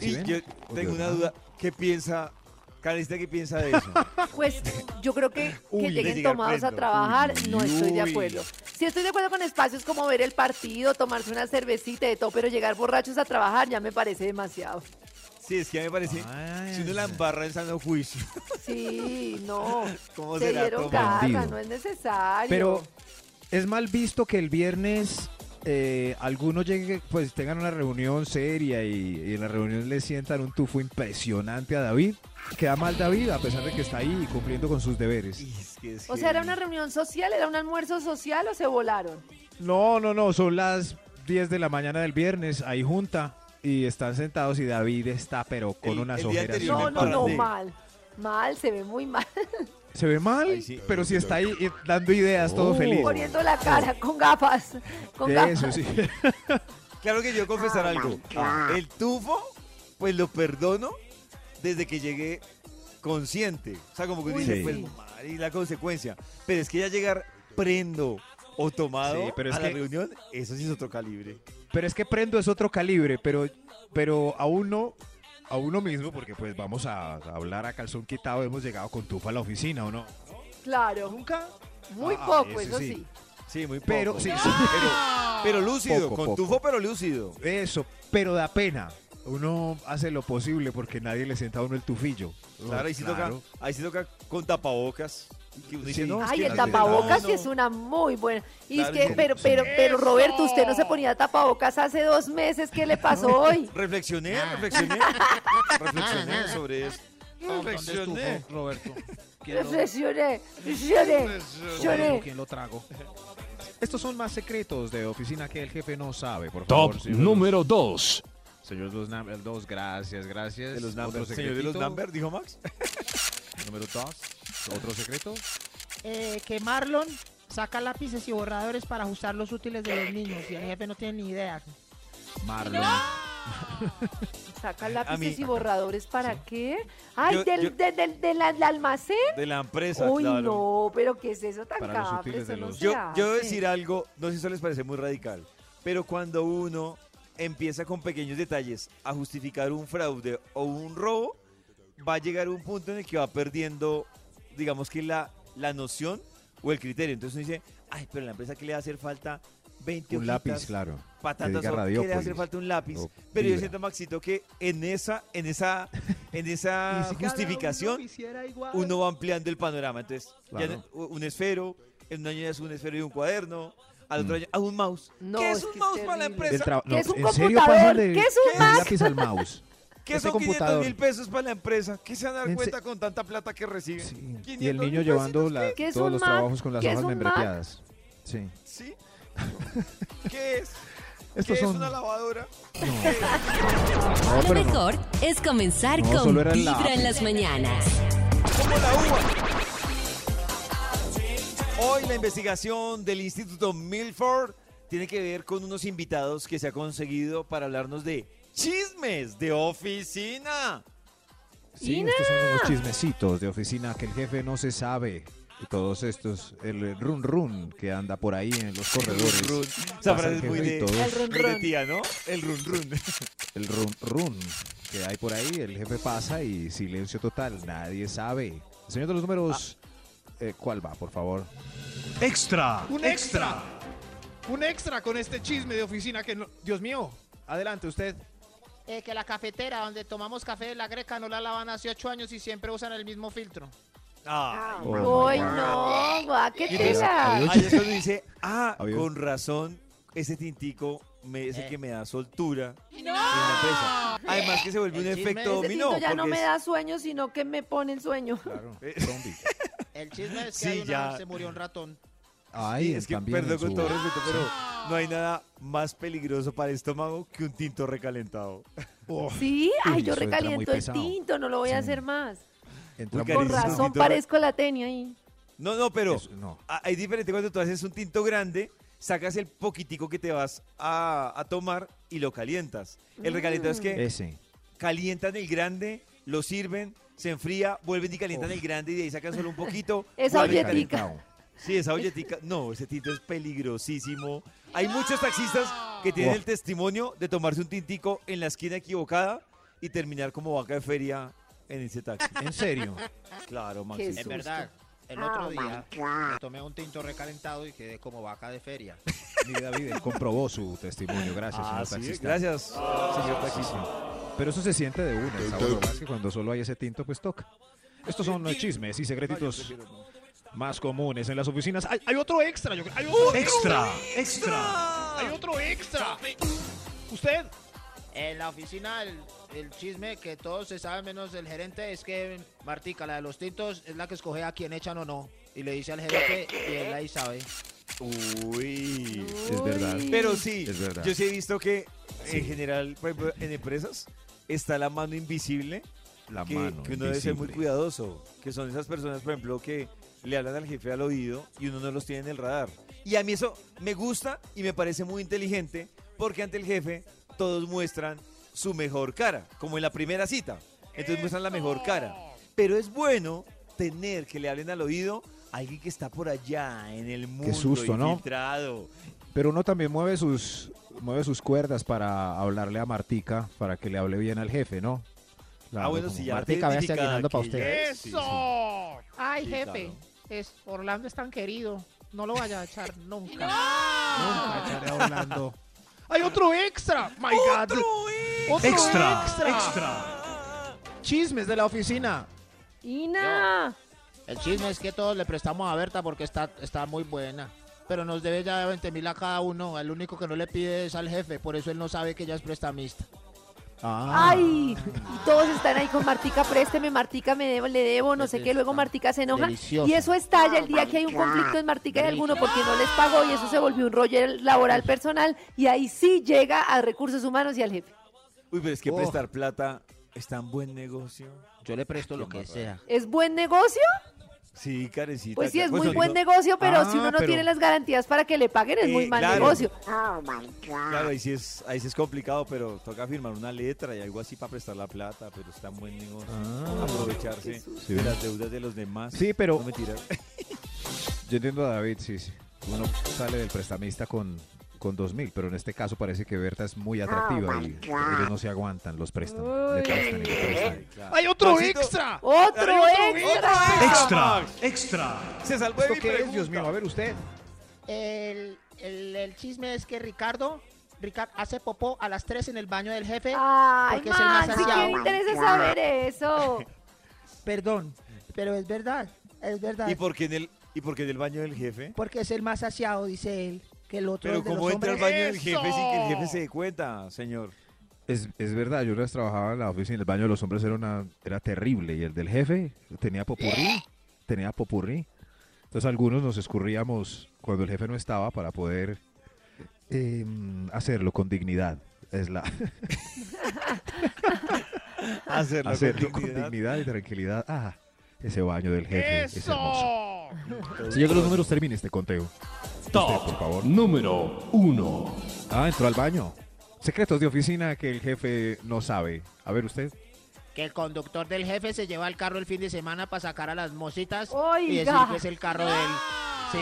Speaker 1: Y yo tengo una duda. ¿Qué piensa, Carista, qué piensa de (laughs) eso?
Speaker 3: Pues yo creo que, que
Speaker 1: Uy, de
Speaker 3: lleguen
Speaker 1: llegar
Speaker 3: tomados a
Speaker 1: prendo.
Speaker 3: trabajar, no estoy de
Speaker 1: uy.
Speaker 3: acuerdo. Sí estoy de acuerdo con espacios como ver el partido, tomarse una cervecita y todo, pero llegar borrachos a trabajar ya me parece demasiado.
Speaker 1: sí, es que a mí me parece.
Speaker 5: Ah,
Speaker 1: Si uno la embarra en sano juicio, (laughs)
Speaker 3: Sí, no.
Speaker 1: ¿cómo
Speaker 3: Se
Speaker 1: será?
Speaker 3: dieron
Speaker 1: Toma.
Speaker 3: casa,
Speaker 5: Bandido.
Speaker 3: no es necesario.
Speaker 5: Pero es mal visto que el viernes eh, algunos llegue, pues tengan una reunión seria y, y en la reunión le sientan un tufo impresionante a David. Queda mal David a pesar de que está ahí cumpliendo con sus deberes.
Speaker 1: Y es que es
Speaker 3: o sea, ¿era
Speaker 1: heavy.
Speaker 3: una reunión social? ¿Era un almuerzo social o se volaron?
Speaker 5: No, no, no, son las 10 de la mañana del viernes, ahí junta y están sentados y David está pero con
Speaker 1: El-
Speaker 5: unas
Speaker 1: el día
Speaker 5: ojeras.
Speaker 1: Sí,
Speaker 3: no,
Speaker 1: me
Speaker 3: no, no,
Speaker 1: parece.
Speaker 3: mal. Mal, se ve muy mal.
Speaker 5: Se ve mal,
Speaker 1: Ay, sí.
Speaker 5: pero sí está ahí eh, dando ideas, todo feliz.
Speaker 3: Poniendo la cara con gafas. Con gafas.
Speaker 5: Eso sí.
Speaker 1: Claro que yo confesar algo. El tufo, pues lo perdono desde que llegué consciente. O sea, como que uno
Speaker 3: Uy,
Speaker 1: dice,
Speaker 3: sí.
Speaker 1: pues, y la consecuencia. Pero es que ya llegar prendo o tomado
Speaker 5: Sí, pero es
Speaker 1: a la
Speaker 5: que-
Speaker 1: reunión, eso sí es otro calibre.
Speaker 5: Pero es que Prendo es otro calibre, pero, pero a uno, a uno mismo, porque pues vamos a, a hablar a calzón quitado, hemos llegado con tufa a la oficina, ¿o no?
Speaker 3: Claro.
Speaker 5: Nunca.
Speaker 3: Muy
Speaker 5: Ah,
Speaker 3: poco,
Speaker 5: ese
Speaker 3: eso
Speaker 5: sí.
Speaker 3: sí.
Speaker 1: Sí, muy poco.
Speaker 5: Pero, sí, sí,
Speaker 1: Pero lúcido,
Speaker 5: Poco,
Speaker 1: con
Speaker 5: poco.
Speaker 1: tufo pero lúcido.
Speaker 5: eso, pero da pena. Uno hace lo posible porque nadie le sienta a uno el tufillo.
Speaker 1: Claro, ahí sí,
Speaker 5: Claro.
Speaker 1: Toca, ahí sí toca con tapabocas. Que uno dice,
Speaker 5: Sí.
Speaker 1: no, es
Speaker 3: Ay,
Speaker 1: que
Speaker 3: el
Speaker 1: la-
Speaker 3: tapabocas
Speaker 1: no,
Speaker 3: sí es una muy buena. Y
Speaker 1: Claro,
Speaker 3: es que,
Speaker 1: sí.
Speaker 3: pero, pero, pero, Roberto, usted no se ponía tapabocas hace dos meses. ¿Qué le pasó
Speaker 1: (laughs)
Speaker 3: hoy?
Speaker 1: Reflexioné, reflexioné. reflexioné sobre eso. Reflexioné.
Speaker 4: Roberto?
Speaker 3: Reflexioné,
Speaker 1: Pues,
Speaker 3: lloré, lloré.
Speaker 4: ¿Quién lo trago?
Speaker 5: Estos son más secretos de oficina que el jefe no sabe, por
Speaker 6: Top
Speaker 5: favor. señor-
Speaker 6: número 2.
Speaker 5: Señor dos, Nam- el dos, gracias, gracias.
Speaker 1: De los
Speaker 5: Otro
Speaker 1: numbers. Pues, Señor de los
Speaker 5: secretito,
Speaker 1: numbers, dijo Max.
Speaker 5: Número dos. Otro secreto.
Speaker 8: Eh, que Marlon saca lápices y borradores para ajustar los útiles de los niños y el jefe no tiene ni idea.
Speaker 5: Marlon.
Speaker 3: Saca
Speaker 1: mí-
Speaker 3: lápices y borradores, ¿para qué? Ay,
Speaker 1: Yo-
Speaker 3: del,
Speaker 1: yo-
Speaker 3: del- del- del al- almacén.
Speaker 1: (laughs) De la empresa,
Speaker 3: Uy,
Speaker 1: claro.
Speaker 3: no, pero ¿qué es eso tan
Speaker 5: Para los
Speaker 3: cafre?
Speaker 5: útiles
Speaker 3: Eso
Speaker 5: de
Speaker 3: no
Speaker 5: los-
Speaker 3: se
Speaker 1: Yo, yo
Speaker 3: hace.
Speaker 1: debo decir algo, no sé si eso les parece muy radical, pero cuando uno empieza con pequeños detalles a justificar un fraude o un robo, va a llegar un punto en el que va perdiendo, digamos que la, la noción o el criterio. Entonces uno dice, ay, pero a la empresa que le va a hacer falta 20
Speaker 5: Un
Speaker 1: hojitas,
Speaker 5: lápiz, claro.
Speaker 1: patatas,
Speaker 5: diga
Speaker 1: o que le va a hacer
Speaker 5: Radiópolis
Speaker 1: falta un lápiz.
Speaker 5: o
Speaker 1: Pero yo
Speaker 5: fibra.
Speaker 1: siento, Maxito, que en esa, en esa,
Speaker 5: (laughs)
Speaker 1: en esa justificación uno va ampliando el panorama. Entonces, ya
Speaker 5: Claro.
Speaker 1: no- un esfero, en un año ya es un esfero y un cuaderno, al
Speaker 5: Mm.
Speaker 1: otro año, ah, un mouse.
Speaker 3: No,
Speaker 1: ¿Qué es
Speaker 3: es
Speaker 1: un
Speaker 3: que es
Speaker 1: mouse para la
Speaker 3: terrible.
Speaker 1: empresa?
Speaker 3: ¿Qué es un
Speaker 5: ¿en serio
Speaker 3: computador?
Speaker 5: pasan de-
Speaker 3: ¿Qué es un
Speaker 5: del
Speaker 3: Mac?
Speaker 5: lápiz al
Speaker 3: (laughs)
Speaker 5: mouse?
Speaker 1: ¿Qué
Speaker 5: Este
Speaker 1: son 500
Speaker 5: computador.
Speaker 1: mil pesos para la empresa? ¿Qué se van a dar
Speaker 5: En se-
Speaker 1: cuenta con tanta plata que reciben?
Speaker 5: Sí.
Speaker 1: 500
Speaker 5: Y el niño
Speaker 1: mil
Speaker 5: llevando
Speaker 1: pesitos,
Speaker 5: la-
Speaker 3: ¿Qué es
Speaker 5: todos
Speaker 3: un
Speaker 5: los
Speaker 3: Mac?
Speaker 5: trabajos con las
Speaker 3: ¿Qué es
Speaker 5: hojas
Speaker 3: un Mac? Ah,
Speaker 5: membreteadas. Sí. (laughs)
Speaker 1: ¿Sí? ¿Qué es? ¿Qué
Speaker 5: Estos
Speaker 1: es
Speaker 5: son.
Speaker 1: una lavadora?
Speaker 7: Lo mejor es comenzar
Speaker 5: No,
Speaker 7: con
Speaker 5: solo era el
Speaker 7: Vibra en
Speaker 5: lápiz.
Speaker 7: las mañanas.
Speaker 1: como la uva. Hoy la investigación del Instituto Milford tiene que ver con unos invitados que se ha conseguido para hablarnos de chismes de oficina.
Speaker 5: Sí, estos son unos chismecitos de oficina que el jefe no se sabe. Y todos estos, el run run que anda por ahí en los corredores.
Speaker 1: Run, run.
Speaker 5: Pasa
Speaker 1: Esa frase
Speaker 5: el
Speaker 1: es
Speaker 5: jefe
Speaker 1: muy
Speaker 5: y
Speaker 1: de,
Speaker 5: todos-
Speaker 3: El run,
Speaker 1: muy de
Speaker 3: run.
Speaker 1: tía, ¿no? El run
Speaker 5: (laughs)
Speaker 1: run.
Speaker 5: el run run que hay por ahí, el jefe pasa y silencio total, nadie sabe. Señor de los números,
Speaker 1: Ah.
Speaker 5: eh, ¿cuál va, por favor?
Speaker 6: Extra.
Speaker 4: ¡Un extra! ¡Un extra con este chisme de oficina que no... Dios mío, adelante usted.
Speaker 8: Eh, que la cafetera donde tomamos café de la greca no la lavan hace ocho años y siempre usan el mismo filtro.
Speaker 1: Ah.
Speaker 5: Oh
Speaker 3: Ay,
Speaker 5: my
Speaker 3: no, guau, qué
Speaker 1: Y entonces,
Speaker 3: tela.
Speaker 1: ahí es cuando dice, ah,
Speaker 5: (laughs) Adiós.
Speaker 1: con razón, ese tintico me, es el
Speaker 4: Eh.
Speaker 1: que me da soltura en la empresa. Además que se vuelve
Speaker 4: El
Speaker 1: un
Speaker 4: chisme
Speaker 1: efecto
Speaker 3: Ese
Speaker 1: dominó.
Speaker 3: tinto ya no
Speaker 1: porque
Speaker 3: me
Speaker 1: es-
Speaker 3: da sueño, sino que me pone el sueño.
Speaker 5: Claro,
Speaker 1: Eh.
Speaker 5: zombie.
Speaker 4: El chisme es que
Speaker 1: Sí,
Speaker 4: hay una-
Speaker 1: ya.
Speaker 4: se murió un ratón.
Speaker 5: Ay,
Speaker 1: es que
Speaker 5: también
Speaker 1: perdón
Speaker 5: en
Speaker 1: con
Speaker 5: su-
Speaker 1: todo respeto, pero no hay nada más peligroso para el estómago que un tinto recalentado.
Speaker 3: Sí,
Speaker 5: (laughs)
Speaker 3: ay,
Speaker 5: Uy,
Speaker 3: yo
Speaker 5: eso entra muy
Speaker 3: recaliento el
Speaker 5: pesado.
Speaker 3: tinto, no lo voy a
Speaker 5: Sí.
Speaker 3: hacer más.
Speaker 5: entra
Speaker 1: Muy
Speaker 5: muy
Speaker 1: Clarísimo.
Speaker 3: Con
Speaker 5: pesado.
Speaker 3: razón
Speaker 1: Tinto re-
Speaker 3: parezco la tenia ahí.
Speaker 5: Ah,
Speaker 1: No, no, pero
Speaker 5: Eso, no.
Speaker 1: a- hay diferente cuando tú haces un tinto grande, sacas el poquitico que te vas a, a tomar
Speaker 5: Mm. Eh,
Speaker 1: y lo calientas. El recalentado es que
Speaker 5: Ese.
Speaker 1: calientan el grande, lo sirven, se enfría, vuelven y calientan el grande y de ahí sacan solo un poquito.
Speaker 3: Esa
Speaker 1: vuelven y
Speaker 3: olletica.
Speaker 1: calientan. Sí, esa olletica. No, ese tinto es peligrosísimo. Hay muchos taxistas que tienen el testimonio de tomarse un tintico en la esquina equivocada y terminar como vaca de feria en
Speaker 5: (laughs)
Speaker 1: ese taxi.
Speaker 4: En serio.
Speaker 1: Claro,
Speaker 3: Qué
Speaker 4: En
Speaker 1: Maxito.
Speaker 3: susto.
Speaker 4: verdad, el otro día me tomé un tinto recalentado y quedé como vaca de feria.
Speaker 5: Mi David, él comprobó su testimonio. Gracias,
Speaker 1: Ah,
Speaker 5: señor
Speaker 1: sí,
Speaker 5: taxista.
Speaker 1: gracias, señor taxista.
Speaker 5: Pero eso se siente de una. el sabor, más que cuando solo hay ese tinto, pues toca. Estos son los chismes y secretitos más comunes en las oficinas. Hay, hay otro extra. yo creo- hay otro
Speaker 6: Extra, extra,
Speaker 5: Hay otro extra. Usted.
Speaker 4: En la oficina, el, el chisme que todos se saben menos el gerente es que Martica, la de los tintos, es la que escoge a quién echan o no. Y le dice al gerente y él ahí sabe.
Speaker 1: Uy.
Speaker 5: Es verdad.
Speaker 3: Uy.
Speaker 1: Pero sí,
Speaker 5: Es verdad.
Speaker 1: yo sí he visto que en general, por ejemplo, en empresas está la mano invisible,
Speaker 5: La
Speaker 1: que,
Speaker 5: mano.
Speaker 1: que uno debe ser muy
Speaker 5: invisible.
Speaker 1: cuidadoso, que son esas personas, por ejemplo, que le hablan al jefe al oído y uno no los tiene en el radar. Y a mí eso me gusta y me parece muy inteligente porque ante el jefe todos muestran su mejor cara, como en la primera cita. Entonces muestran la mejor cara. Pero es bueno tener que le hablen al oído a alguien que está por allá en el mundo
Speaker 5: susto, ¿no?
Speaker 1: infiltrado. Ah,
Speaker 5: Pero uno también mueve sus, mueve sus cuerdas para hablarle a Martica, para que le hable bien al jefe, ¿no?
Speaker 1: ah, bueno, sí, ya la
Speaker 5: Martica,
Speaker 1: tiene
Speaker 5: vea este
Speaker 1: identificada,
Speaker 5: aguinaldo para
Speaker 1: que ya-
Speaker 5: usted.
Speaker 1: sí, sí.
Speaker 10: Ay,
Speaker 1: Sí,
Speaker 10: jefe,
Speaker 1: claro.
Speaker 10: es, Orlando es tan querido. No lo vaya
Speaker 8: (laughs)
Speaker 10: a echar nunca.
Speaker 5: Nunca echaré a Orlando.
Speaker 10: ¡Hay otro extra! ¡My God! ¡Otro
Speaker 6: extra,
Speaker 10: extra!
Speaker 6: extra,
Speaker 4: (laughs) Chismes de la oficina.
Speaker 3: Ina.
Speaker 4: El chisme es que todos le prestamos a Berta porque está, está muy buena. Pero nos debe ya 20 mil a cada uno. El único que no le pide es al jefe. Por eso él no sabe que ella es prestamista.
Speaker 5: Ah.
Speaker 3: Ay, y todos están ahí con Martica, présteme, Martica, me debo, le debo, no sé qué, luego Martica se enoja.
Speaker 4: Delicioso.
Speaker 3: Y eso estalla el
Speaker 8: Ah,
Speaker 3: día que hay un conflicto en Martica de alguno porque no les pagó y eso se volvió un rollo laboral personal y ahí sí llega a recursos humanos y al jefe.
Speaker 1: Uy, pero es que
Speaker 4: Oh.
Speaker 1: prestar plata es tan buen negocio.
Speaker 4: Yo le presto lo que sea.
Speaker 3: ¿Es buen negocio?
Speaker 1: Sí, carecita.
Speaker 3: Pues sí,
Speaker 1: ya-
Speaker 3: es muy
Speaker 1: no,
Speaker 3: buen
Speaker 1: no,
Speaker 3: negocio, pero
Speaker 5: Ah,
Speaker 3: si uno no
Speaker 5: pero-
Speaker 3: tiene las garantías para que le paguen, es
Speaker 1: Eh,
Speaker 3: muy mal
Speaker 1: claro.
Speaker 3: negocio.
Speaker 1: Claro, ahí sí, es, ahí sí es complicado, pero toca firmar una letra y algo así para prestar la plata, pero es tan buen negocio. Aprovecharse de las deudas de los demás.
Speaker 5: Ah. Sí, pero
Speaker 1: No me tirar.
Speaker 5: yo entiendo a David, sí, sí. Uno sale del prestamista con, con 2.000, pero en este caso parece que Berta es muy atractiva y ellos no se aguantan los préstamos. Le prestan y le prestan.
Speaker 1: ¡Hay otro extra!
Speaker 3: Otro
Speaker 1: Arriba, otro
Speaker 3: extra.
Speaker 6: extra, extra.
Speaker 1: Se salvó de
Speaker 5: ¿Esto
Speaker 1: mi
Speaker 5: qué es,
Speaker 1: pregunta.
Speaker 5: Dios mío? A ver, usted.
Speaker 8: El, el- el chisme es que Ricardo, Ricardo hace popó a las 3 en el baño del jefe.
Speaker 10: Ah.
Speaker 3: Ay,
Speaker 8: Porque es el más
Speaker 3: man, si
Speaker 8: ansiado.
Speaker 3: quién interesa saber eso.
Speaker 8: Perdón, pero es verdad, es verdad.
Speaker 1: ¿Y por qué en el, y por qué en el baño del jefe?
Speaker 8: Porque es el más saciado, dice él, que el otro
Speaker 1: Pero
Speaker 8: el de
Speaker 1: ¿cómo
Speaker 8: los
Speaker 1: entra al
Speaker 8: hombres.
Speaker 1: baño del jefe sin que el jefe se dé cuenta, señor?
Speaker 5: Es, es verdad, yo una vez trabajaba en la oficina, el baño de los hombres era una era terrible y el del jefe tenía popurrí, tenía popurrí. Entonces algunos nos escurríamos cuando el jefe no estaba para poder eh, hacerlo con dignidad. Es la (laughs)
Speaker 1: Hacerlo,
Speaker 5: hacerlo
Speaker 1: con dignidad.
Speaker 5: y tranquilidad. Ah, ese baño del jefe es hermoso. Si llega los números termine este conteo. Usted, por favor.
Speaker 6: Top Este, número uno.
Speaker 5: Ah, entró al baño. Secretos de oficina que el jefe no sabe. A ver usted.
Speaker 4: Que el conductor del jefe se lleva el carro el fin de semana para sacar a las mositas y
Speaker 3: Oiga.
Speaker 4: decir que es el carro de él. Sí,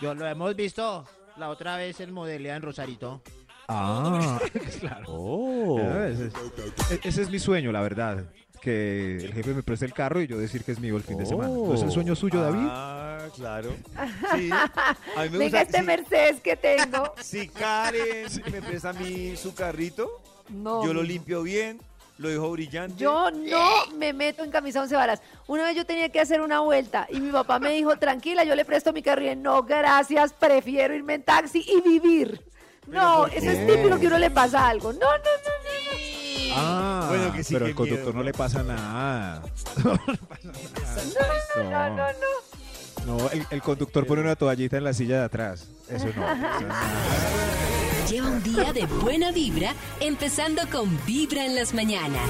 Speaker 4: yo lo hemos visto la otra vez en Modelea en Rosarito.
Speaker 5: Ah, (laughs) claro.
Speaker 1: Oh.
Speaker 5: Ah, ese, e- ese es mi sueño, la verdad. Que el jefe me preste el carro y yo decir que es mío el fin de semana. ¿No es el sueño suyo, David?
Speaker 1: Oh. Ah, claro.
Speaker 3: (laughs)
Speaker 1: Sí. A mí (laughs) me
Speaker 3: Venga
Speaker 1: gusta.
Speaker 3: este
Speaker 1: sí.
Speaker 3: Mercedes que tengo.
Speaker 1: Si Karen me presta a mí su carrito,
Speaker 3: No.
Speaker 1: yo lo limpio bien, lo dejo brillante.
Speaker 3: Yo no me meto en camisa once varas. Una vez yo tenía que hacer una vuelta y mi papá me dijo, tranquila, yo le presto mi carro. Y dije, no, gracias, prefiero irme en taxi y vivir. No, eso es típico que uno le pasa algo. No, no, no,
Speaker 5: Ah,
Speaker 1: Bueno, que sí,
Speaker 5: pero
Speaker 1: qué
Speaker 5: el conductor
Speaker 1: miedo,
Speaker 5: no le pasa nada. (laughs) No le pasa nada.
Speaker 3: no, no, no, no.
Speaker 5: No, el, el conductor pone una toallita en la silla de atrás. Eso no. eso no.
Speaker 7: Lleva un día de buena vibra, empezando con Vibra en las mañanas.